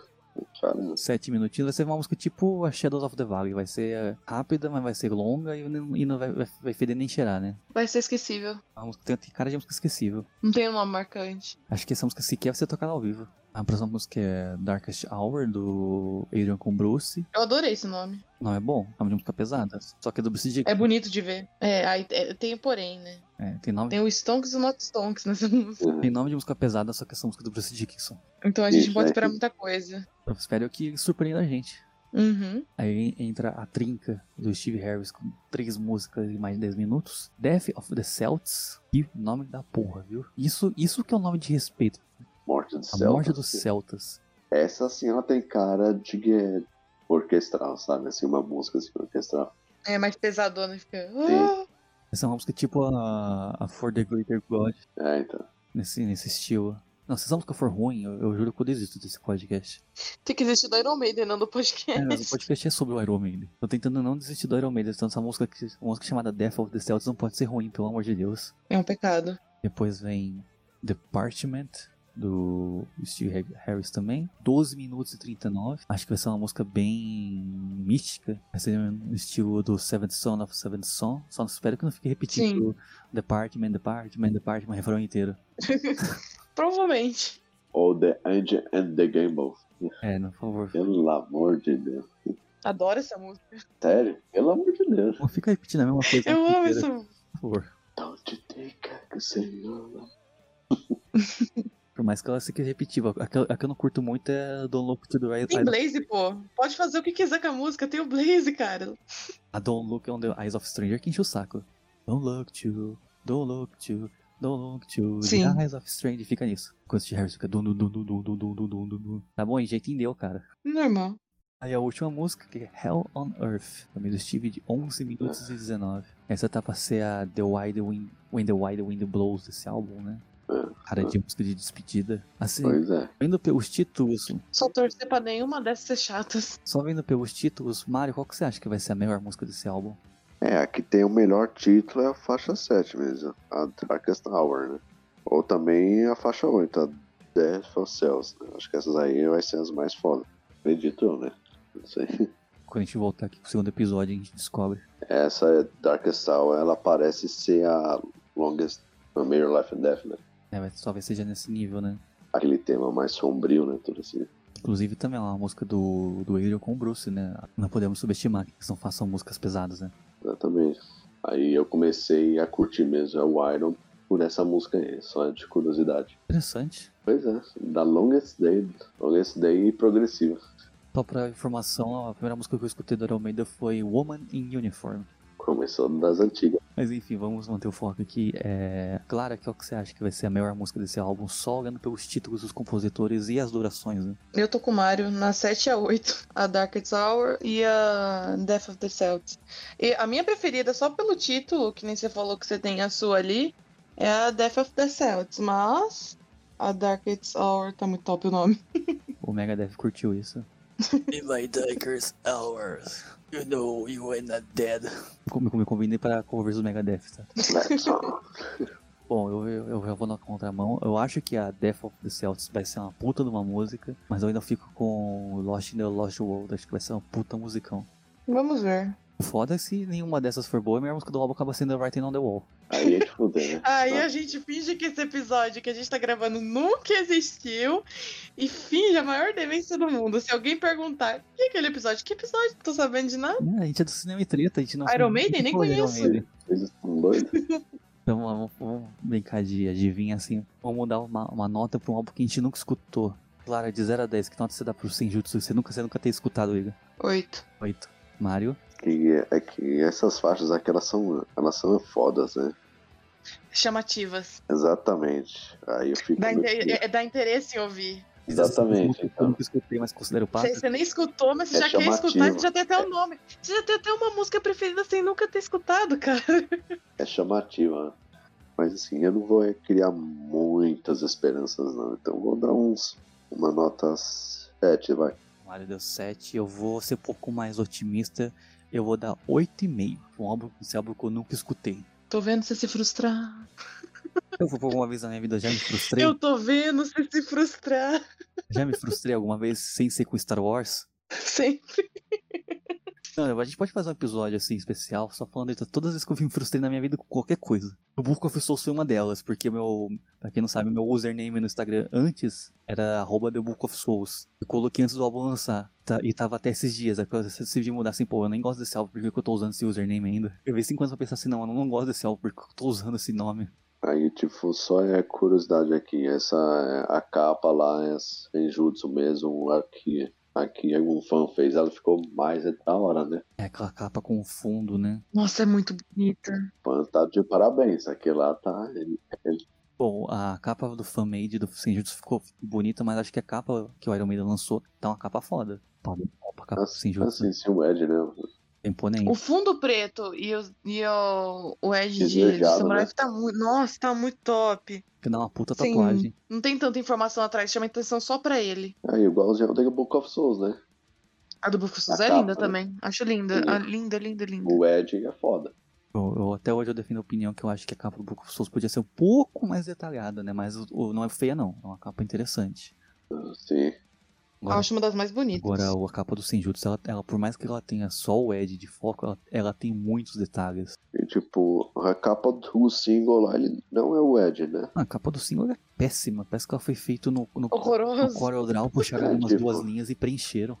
caramba. 7 minutinhos. Vai ser uma música tipo a Shadows of the Valley. Vai ser é, rápida, mas vai ser longa e não, e não vai, vai, vai feder nem cheirar, né? Vai ser esquecível. A música tem, tem cara de música esquecível. Não tem uma marcante. Acho que essa música sequer vai ser tocada ao vivo. A próxima música é Darkest Hour, do Adrian com Bruce. Eu adorei esse nome. Não é bom, é uma música pesada. Só que é do Bruce Dickinson. É bonito de ver. É, aí é, tem o porém, né? É, tem, nome, Tem o Stonks e o Not Stonks né? nessa música. Uhum. tem nome de música pesada, só que essa música é do Bruce Dickinson. Então a gente Isso, pode né? esperar muita coisa. Eu espero que surpreenda a gente. Uhum. Aí entra a trinca do Steve Harris com três músicas em mais de 10 minutos. Death of the Celts. E nome da porra, viu? Isso, isso que é um nome de respeito. Morte do A céu. né? morte dos Celtas. Essa sim, ela tem cara de que é orquestral, sabe? Assim, uma música assim, orquestral. É mais pesadona, fica. "Ah, Sim. Essa é uma música tipo a, a For the Greater God. É, então. nesse, nesse estilo. Não, se essa música for ruim, eu, eu juro que eu desisto desse podcast. Tem que existir do Iron Maiden, não do É, mas o podcast. podcast é sobre o Iron Maiden. Tô tentando não desistir do Iron Maiden, então essa música, que- uma música chamada Death of the Celts não pode ser ruim, pelo amor de Deus. É um pecado. Depois vem Department, do Steve Harris também. 12 minutos e 39. Acho que vai ser uma música bem mística. Vai ser no estilo do Seventh Son of Seventh Son. Só não espero que não fique repetindo Sim. o Department, Department, Department, refrão inteiro. Provavelmente. Ou The Angel and the Gamble. É, não, por favor. Pelo amor de Deus. Adoro essa música. Sério? Pelo amor de Deus. Não fica repetindo a mesma coisa. Eu o tempo amo inteiro, essa música. Por favor. Don't take a Senhor. Por mais que ela seja repetitiva. A que, eu- a que eu não curto muito é Don't Look to the Right. Tem Blaze, pô. Pode fazer o que quiser com a música. Tem o Blaze, cara. A Don't Look on the Eyes of Stranger que enche o saco. Don't look to, don't look to, don't look to Sim. the Eyes of Stranger. Fica nisso. Quando o Steve Harris fica dum dum dum dum dum dum dum dum dum dum dum. Tá bom, a gente entendeu, cara. Normal. Aí a última música que é Hell on Earth, também do Steve, de 11 minutos e 19. Essa tá pra ser a The Wide Wind, When the Wide Wind Blows desse álbum, né? Cara de música de despedida. Assim, Pois é. vendo pelos títulos, Só torcer pra nenhuma dessas ser chatas. só vendo pelos títulos, Mario, qual que você acha que vai ser a melhor música desse álbum? É, a que tem o melhor título é a faixa 7 mesmo, a Darkest Hour, né? Ou também a faixa 8, a Death of Cells. Né? Acho que essas aí vai ser as mais foda. Acredito eu, né? Não sei. Quando a gente voltar aqui pro segundo episódio, a gente descobre. Essa Darkest Hour, ela parece ser a longest, a Major Life and Death, né? É, mas talvez seja nesse nível, né? Aquele tema mais sombrio, né? Tudo assim. Inclusive também é uma música do, do Adrian com o Bruce, né? Não podemos subestimar que eles não façam músicas pesadas, né? Exatamente. Aí eu comecei a curtir mesmo é o Iron por essa música aí, só de curiosidade. Interessante. Pois é, da Longest Day, Longest Day e progressiva. Só pra informação, a primeira música que eu escutei do Iron Maiden foi Woman in Uniform. Começou das antigas. Mas enfim, vamos manter o foco aqui. É... Clara, qual que você acha que vai ser a melhor música desse álbum? Só olhando pelos títulos, os compositores e as durações, né? Eu tô com o Mario na 7 a 8, a Darkest Hour e a Death of the Celts. E a minha preferida, só pelo título, que nem você falou que você tem a sua ali, é a Death of the Celts, mas a Darkest Hour tá muito top o nome. O Megadeth curtiu isso. In my darkest hours, you know you are not dead. Eu me- me convidei pra covers do Megadeth, tá? Let's go. Bom, eu, eu, eu já vou na contramão. Eu acho que a Death of the Celtics vai ser uma puta de uma música, mas eu ainda fico com Lost in the Lost World. Acho que vai ser uma puta musicão. Vamos ver. O foda é se nenhuma dessas for boa, a melhor música do álbum acaba sendo Writing on the Wall. Aí é de fuder, né? Aí é a gente finge que esse episódio que a gente tá gravando nunca existiu e finge a maior demência do mundo. Se alguém perguntar, que é aquele episódio? Que episódio? Não tô sabendo de nada. É, a gente é do cinema e treta, a gente não. Iron Maiden? Nem Pô, Iron conheço. Maiden. Eles estão doidos. Então vamos, vamos brincar de adivinha assim. Vamos dar uma, uma nota pra um álbum que a gente nunca escutou. Clara, de 0 a 10, que nota você dá pro Senjutsu? Você nunca, você nunca ter escutado, Igor. Oito. 8. Mario, Que é- é que essas faixas aqui, elas são, elas são fodas, né? Chamativas. Exatamente. Aí eu fico... Dá, meio inte- que- é- dá interesse em ouvir. Exatamente, Eu então. nunca escutei, mas considero Você, passo. você nem escutou, mas você É já quer chamativo. escutar, você já tem até o nome. Você já tem até uma música preferida sem nunca ter escutado, cara. É chamativa, né? Mas assim, eu não vou é, criar muitas esperanças, não. Então vou dar uns... Uma nota 7, vai. Mario deu 7, eu vou ser um pouco mais otimista, eu vou dar 8,5. Um álbum, esse álbum que eu nunca escutei. Tô vendo você se frustrar. Eu vou por alguma vez na minha vida, eu já me frustrei. Eu tô vendo você se frustrar. Já me frustrei alguma vez sem ser com Star Wars. Sim. Não, a gente pode fazer um episódio assim especial, só falando de todas as vezes que eu me frustrei na minha vida com qualquer coisa. O Book of Souls foi uma delas, porque meu. Pra quem não sabe, meu username no Instagram antes era arroba The Book of Souls. Eu coloquei antes do álbum lançar. tá- e tava até esses dias. aí quando Eu decidi mudar assim, pô, eu nem gosto desse álbum, por que que eu tô usando esse username ainda? Eu vi cinco anos pra pensar assim, não, eu não gosto desse álbum, por que que eu tô usando esse nome? Aí, tipo, só é curiosidade aqui. Essa é a capa lá é Senjutsu mesmo, aqui. Aqui algum fã fez, ela ficou mais é da hora, né? É aquela capa com o fundo, né? Nossa, é muito bonita. Fã tá de parabéns, aqui lá tá. ele- Bom, a capa do fanmade do Senjutsu ficou bonita, mas acho que a capa que o Iron Maiden lançou tá uma capa foda. Pá, A capa do Assim, Senjutsu assim, se o Ed, né? é imponente. O fundo preto e o, e o, o Edge de Desejado, Samurai né? tá muito. Nossa, tá muito top. Que dá uma puta Sim. tatuagem. Não tem tanta informação atrás, chama atenção só pra ele. Aí, igualzinho ao The Book of Souls, né? A do Bucus A é capa, linda né? também. Acho linda. Sim. Ah, linda, linda, linda. O Ed é foda. Eu, eu- até hoje eu defendo a opinião que eu acho que a capa do Book of Souls podia ser um pouco mais detalhada, né? Mas o, o- não é feia, não. É uma capa interessante. Sim. Agora, Acho uma das mais bonitas. agora, o- a capa do Senjutsu, ela, ela, por mais que ela tenha só o Ed de foco, ela, ela tem muitos detalhes. E, tipo, a capa do single lá, ele não é o Ed, né? Ah, a capa do single é péssima. Parece que ela foi feita no, no, no Horrorosa. Corel Draw, puxaram É, umas tipo- duas linhas e preencheram.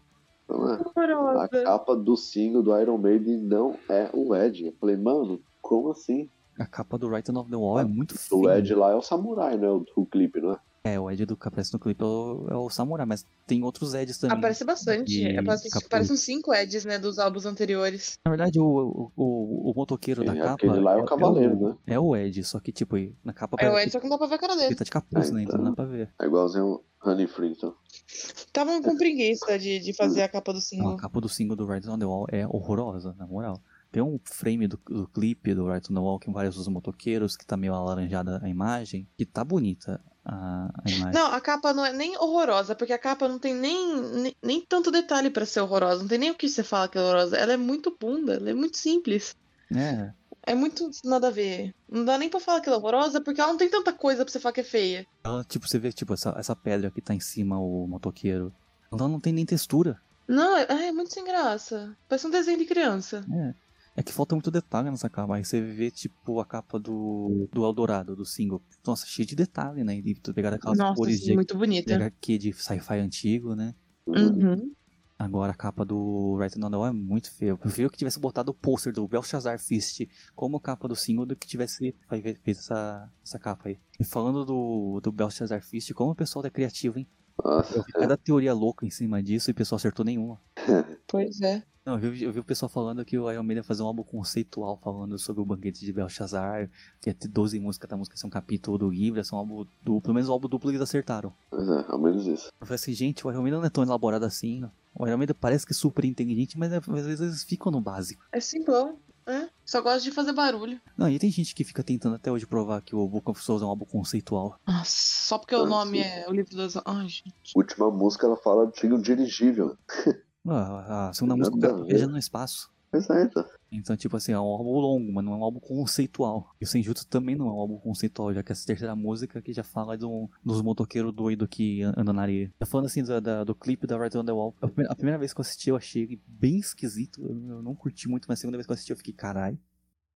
Não é? A Horrorosa. capa do single do Iron Maiden não é o Ed. Eu falei, mano, como assim? A capa do Right of the Wall é muito feia. O Ed lá é o samurai, né? O do clipe, não é? É, o Ed do que aparece no clipe é o, é o Samurai, mas tem outros Eds também. Aparece bastante. é E Aparece, capuz. parece uns 5 Eds, né? Dos álbuns anteriores. Na verdade, o, o, o, o motoqueiro da Sim, capa. aquele lá é o cavaleiro, o- né? É o Ed, só que, tipo, na capa É o parece Ed, só que não dá pra ver a cara que ele dele. tá de capuz, Ah, né? Então então. não dá pra ver. É igualzinho o Honey então." Frington. Estavam um com preguiça de, de fazer a capa do Não, single. Então, a capa do single do Right on the Wall é horrorosa, na moral. Tem um frame do, do clipe do Right on the Wall com vários dos motoqueiros, que tá meio alaranjada a imagem, que tá bonita a, a imagem. Não, a capa não é nem horrorosa, porque a capa não tem nem, nem, nem tanto detalhe pra ser horrorosa. Não tem nem o que você fala que é horrorosa. Ela é muito bunda, ela é muito simples. É, É muito nada a ver. Não dá nem pra falar que ela é horrorosa, porque ela não tem tanta coisa pra você falar que é feia. ela, tipo, você vê tipo, essa, essa pedra que tá em cima, o motoqueiro. Ela não tem nem textura. Não, é, ah, é muito sem graça. Parece um desenho de criança. É. É que falta muito detalhe nessa capa. Aí você vê, tipo, a capa do, do Eldorado, do single. Nossa, cheio de detalhe, né? E pegaram aquelas Nossa, cores assim, de, muito de bonita. HQ de sci-fi antigo, né? Uhum. Agora a capa do Right on the Wall é muito feia. Eu prefiro que tivesse botado o pôster do Belshazzar Fist como capa do single do que tivesse aí fe- fez essa, essa capa aí. E falando do, do Belshazzar Fist, como o pessoal é criativo, hein? Nossa, Eu vi cada teoria louca em cima disso e o pessoal acertou nenhuma. Pois é. Não, eu vi, eu vi o pessoal falando que o Iron Maiden ia fazer um álbum conceitual falando sobre o banquete de Belshazzar, que ia ter 12 músicas, cada música ia ser um capítulo do livro, ia ser um álbum duplo, pelo menos o álbum duplo eles acertaram. pois é, ao menos isso. Eu falei assim, gente, o Iron Maiden não é tão elaborado assim. O Iron Maiden parece que é super inteligente, mas às vezes eles ficam no básico. É simplão. É. Só gosta de fazer barulho. Não, e tem gente que fica tentando até hoje provar que o Book of Souls é um álbum conceitual. Nossa, só porque o nome é o livro dos anjos. Última música ela fala de um dirigível. Ah, a segunda Nada música música a cara ver. viajando no espaço. Pois é, então. Então, tipo assim, é um álbum longo, mas não é um álbum conceitual. E o Senjutsu também não é um álbum conceitual, já que essa terceira música que já fala do, dos motoqueiros doidos que an- andam na areia. Tá falando assim da- da- do clipe da Right on the Wall. A primeira, a primeira vez que eu assisti, eu achei ele bem esquisito. Eu, eu não curti muito, mas a segunda vez que eu assisti, eu fiquei, carai.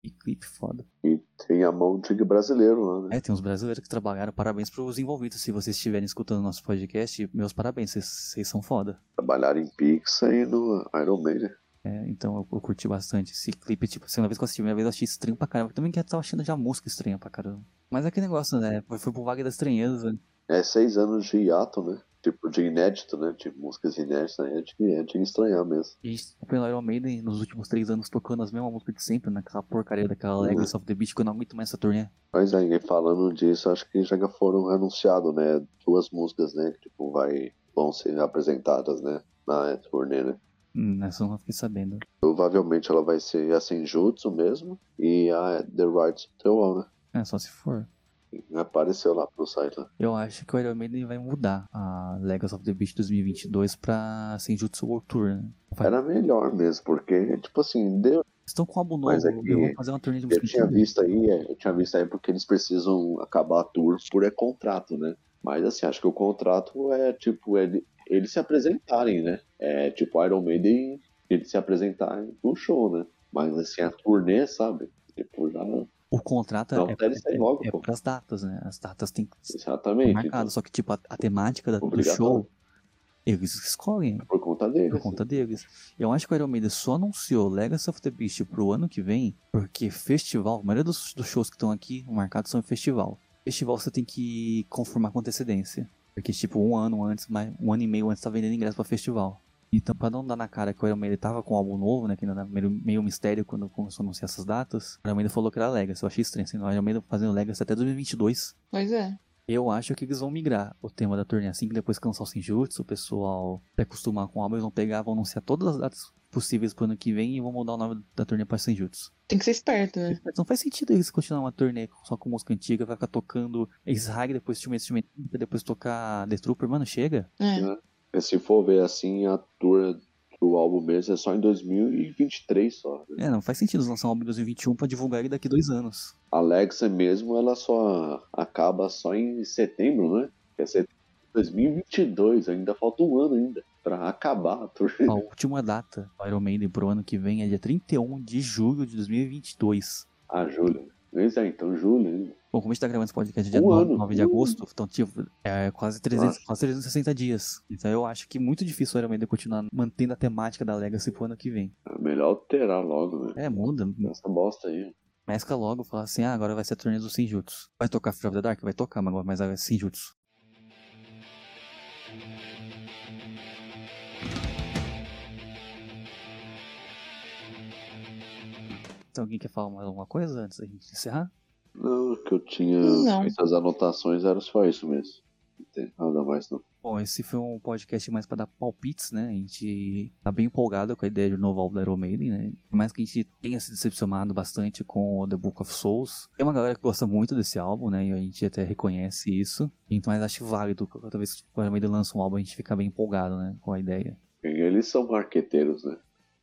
Que clipe foda. E tem a mão de um brasileiro lá, né? É, tem uns brasileiros que trabalharam. Parabéns pros envolvidos. Se vocês estiverem escutando nosso podcast, meus parabéns. vocês- Vocês são foda. Trabalharam em Pixar e no Iron Maiden. É, então eu, eu curti bastante esse clipe. Tipo, a segunda vez que eu assisti, a primeira vez eu achei estranho pra caramba. Eu também que tava achando já a música estranha pra caramba. Mas é aquele negócio, né? Foi, foi pro Vaga da Estranheza. É seis anos de hiato, né? Tipo, de inédito, né? De músicas inéditas, né? é de, é de estranhar mesmo. A gente tá pelo Iron Maiden nos últimos três anos tocando as mesmas músicas de sempre, naquela porcaria daquela Legacy of the Beast que eu não aguento mais essa turnê. Mas aí, falando disso, acho que já foram anunciados, né? Duas músicas, né? Que tipo, vai, vão ser apresentadas, né? Na turnê, né? Hum, essa eu não fiquei sabendo. Provavelmente ela vai ser a Senjutsu mesmo e a The Rights to the Wall, né? É, só se for. E Apareceu lá pro site, né? Eu acho que o Iron Maiden vai mudar a Legacy of the Beast 2022 pra Senjutsu World Tour, né? Vai- Era melhor mesmo, porque, tipo assim, deu, Estão com um álbum novo, Mas é que eu vou fazer uma turnê de eu música. tinha inteira. visto aí, é, eu tinha visto aí porque eles precisam acabar a tour por é contrato, né? Mas assim, acho que o contrato é tipo, ele, eles se apresentarem, né? É tipo Iron Maiden, eles se apresentarem no show, né? Mas assim, a turnê, sabe? Tipo, já não. O contrato Não, é, até eles saírem logo, é, é pô. pras datas, né? As datas têm que estar Exatamente. então, marcadas, só que tipo, a, a temática da- do Obrigatório. show, eles escolhem então, por conta deles. por conta deles. Eu acho que o Iron Maiden só anunciou Legacy of the Beast pro ano que vem, porque festival, a maioria dos, dos shows que estão aqui marcados são em festival. Festival você tem que conformar com antecedência. Porque, tipo, um ano antes, mais- um ano e meio antes, tá vendendo ingresso pra festival. Então, pra não dar na cara que o Iron Maiden tava com um álbum novo, né? Que ainda era meio, meio mistério quando começou a anunciar essas datas. O Iron Maiden falou que era Legacy. Eu achei estranho, assim. O Iron Maiden fazendo Legacy até 2022. Pois é. Eu acho que eles vão migrar o tema da turnê assim que depois que lançar o Senjutsu, o pessoal se acostumar com o álbum, eles vão pegar, vão anunciar todas as datas possíveis pro ano que vem e vão mudar o nome da turnê pra Senjutsu. Tem que ser esperto, né? Mas Não faz sentido eles continuar uma turnê só com música antiga, vai ficar tocando Israel, depois Timmy Timmy, depois tocar The Trooper, mano, chega. É. Porque se for ver assim, a tour O álbum mesmo é só em 2023 só. né? É, não faz sentido lançar um álbum em 2021 pra divulgar ele daqui dois anos. Alexa mesmo, ela só acaba só em setembro, né? Que é setembro de 2022, ainda falta um ano ainda pra acabar a turnê. A última data do Iron Maiden pro ano que vem é dia 31 de julho de 2022. Ah, julho. Pois é, então julho ainda. Bom, como a gente tá gravando esse podcast dia Um 9, ano. de Um agosto, então, tipo, é quase, 300, quase 360 dias. Então eu acho que muito difícil o Iron Maiden continuar mantendo a temática da Legacy pro ano que vem. É melhor alterar logo, né? É, muda. Essa bosta aí. Mescla logo, fala assim, ah, agora vai ser a turnê do Sinjutsu. Vai tocar Fear of the Dark? Vai tocar, mas agora- mas agora é Sinjutsu. Então alguém quer falar mais alguma coisa antes da gente encerrar? Não, o que eu tinha Não. feito as anotações era só isso mesmo. Não tem nada mais não. Bom, esse foi um podcast mais pra dar palpites, né? A gente tá bem empolgado com a ideia de um novo álbum da Iron Maiden, né? Por mais que a gente tenha se decepcionado bastante com o The Book of Souls, tem uma galera que gosta muito desse álbum, né? E a gente até reconhece isso. Então, mas acho válido, cada vez que o Iron Maiden lança um álbum, a gente fica bem empolgado, né? Com a ideia. E Eles são marqueteiros, né?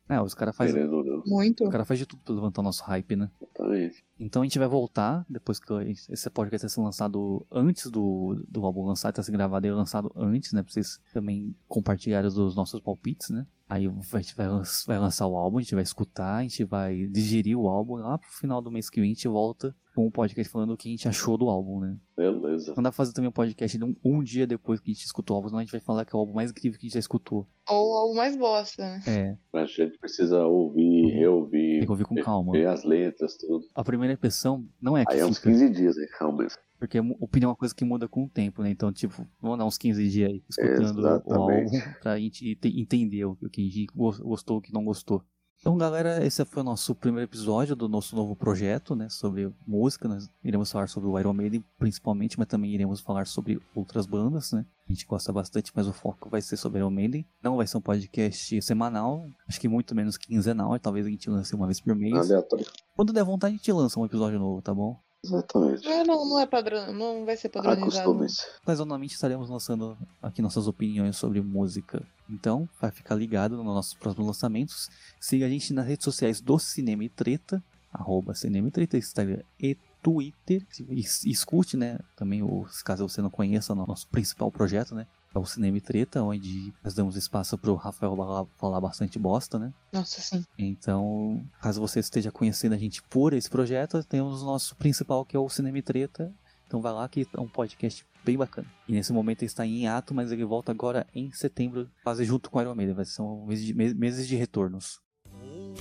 É, os caras fazem Querendo ou não. é Muito. o cara faz de tudo pra levantar o nosso hype, né? Exatamente. Então a gente vai voltar, depois que esse podcast vai ser lançado antes do, do álbum lançar, tá sendo gravado e lançado antes, né? Pra vocês também compartilharem os- os nossos palpites, né? Aí a gente vai, lan- vai lançar o álbum, a gente vai escutar, a gente vai digerir o álbum. Lá pro final do mês que vem a gente volta com um podcast falando o que a gente achou do álbum, né? Beleza. Não dá pra fazer também um podcast de um, um dia depois que a gente escutou o álbum, senão a gente vai falar que é o álbum mais incrível que a gente já escutou. Ou algo mais bosta, né? É, A gente precisa ouvir, tem reouvir, que ouvir com calma. ver as letras, tudo. A primeira impressão não é a que Aí é uns fica. 15 dias, né? Realmente. Porque mu- opinião é uma coisa que muda com o tempo, né? Então, tipo, vamos dar uns 15 dias aí escutando o Exatamente. álbum pra gente te- entender o que a gente gos- gostou, o que não gostou. Então, galera, esse foi o nosso primeiro episódio do nosso novo projeto, né? Sobre música. Nós iremos falar sobre o Iron Maiden, principalmente, mas também iremos falar sobre outras bandas, né? A gente gosta bastante, mas o foco vai ser sobre Iron Maiden. Não vai ser um podcast semanal, acho que muito menos quinzenal. Talvez a gente lance uma vez por mês. Aleatório. Quando der vontade, a gente lança um episódio novo, tá bom? Exatamente. Ah, não, não é padrão, não vai ser padronizado. não. Acostume-se. Ocasionalmente estaremos lançando aqui nossas opiniões sobre música. Então, vai ficar ligado nos nossos próximos lançamentos. Siga a gente nas redes sociais do Cinema e Treta, arroba Cinema e Treta, Instagram e Twitter. E, e escute, né, também, os, caso você não conheça, o nosso principal projeto, né, é o Cinema e Treta, onde nós damos espaço pro Rafael Bala- falar bastante bosta, né. Nossa, sim. Então, caso você esteja conhecendo a gente por esse projeto, temos o nosso principal que é o Cinema e Treta. Então vai lá que é um podcast bem bacana. E nesse momento ele está em ato, mas ele volta agora em setembro, quase junto com o Iron Maiden. Vai ser um mês de- me- meses de retornos.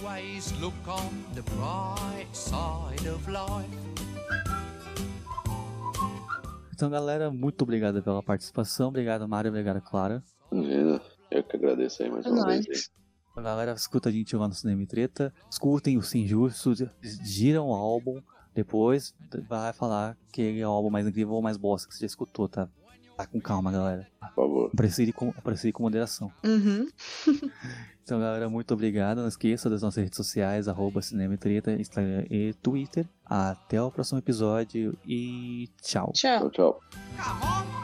Always look on the bright side of life. Então, galera, muito obrigado pela participação. Obrigado, Mário. Obrigado, Clara. Imagina. Eu que agradeço aí mais É uma nóis. vez. aí. Então, Galera, escuta a gente lá no Cinema e Treta. Escutem o Sinjutsu, giram o álbum. Depois vai falar que ele é o álbum mais incrível ou mais bosta que você já escutou, tá? Tá com calma, galera. Por favor. Aprecie com, aprecie com moderação. Uhum. Então, galera, muito obrigado. Não esqueça das nossas redes sociais, arroba Cinema e Treta, Instagram e Twitter. Até o próximo episódio e tchau. Tchau. Tchau, tchau. Come on!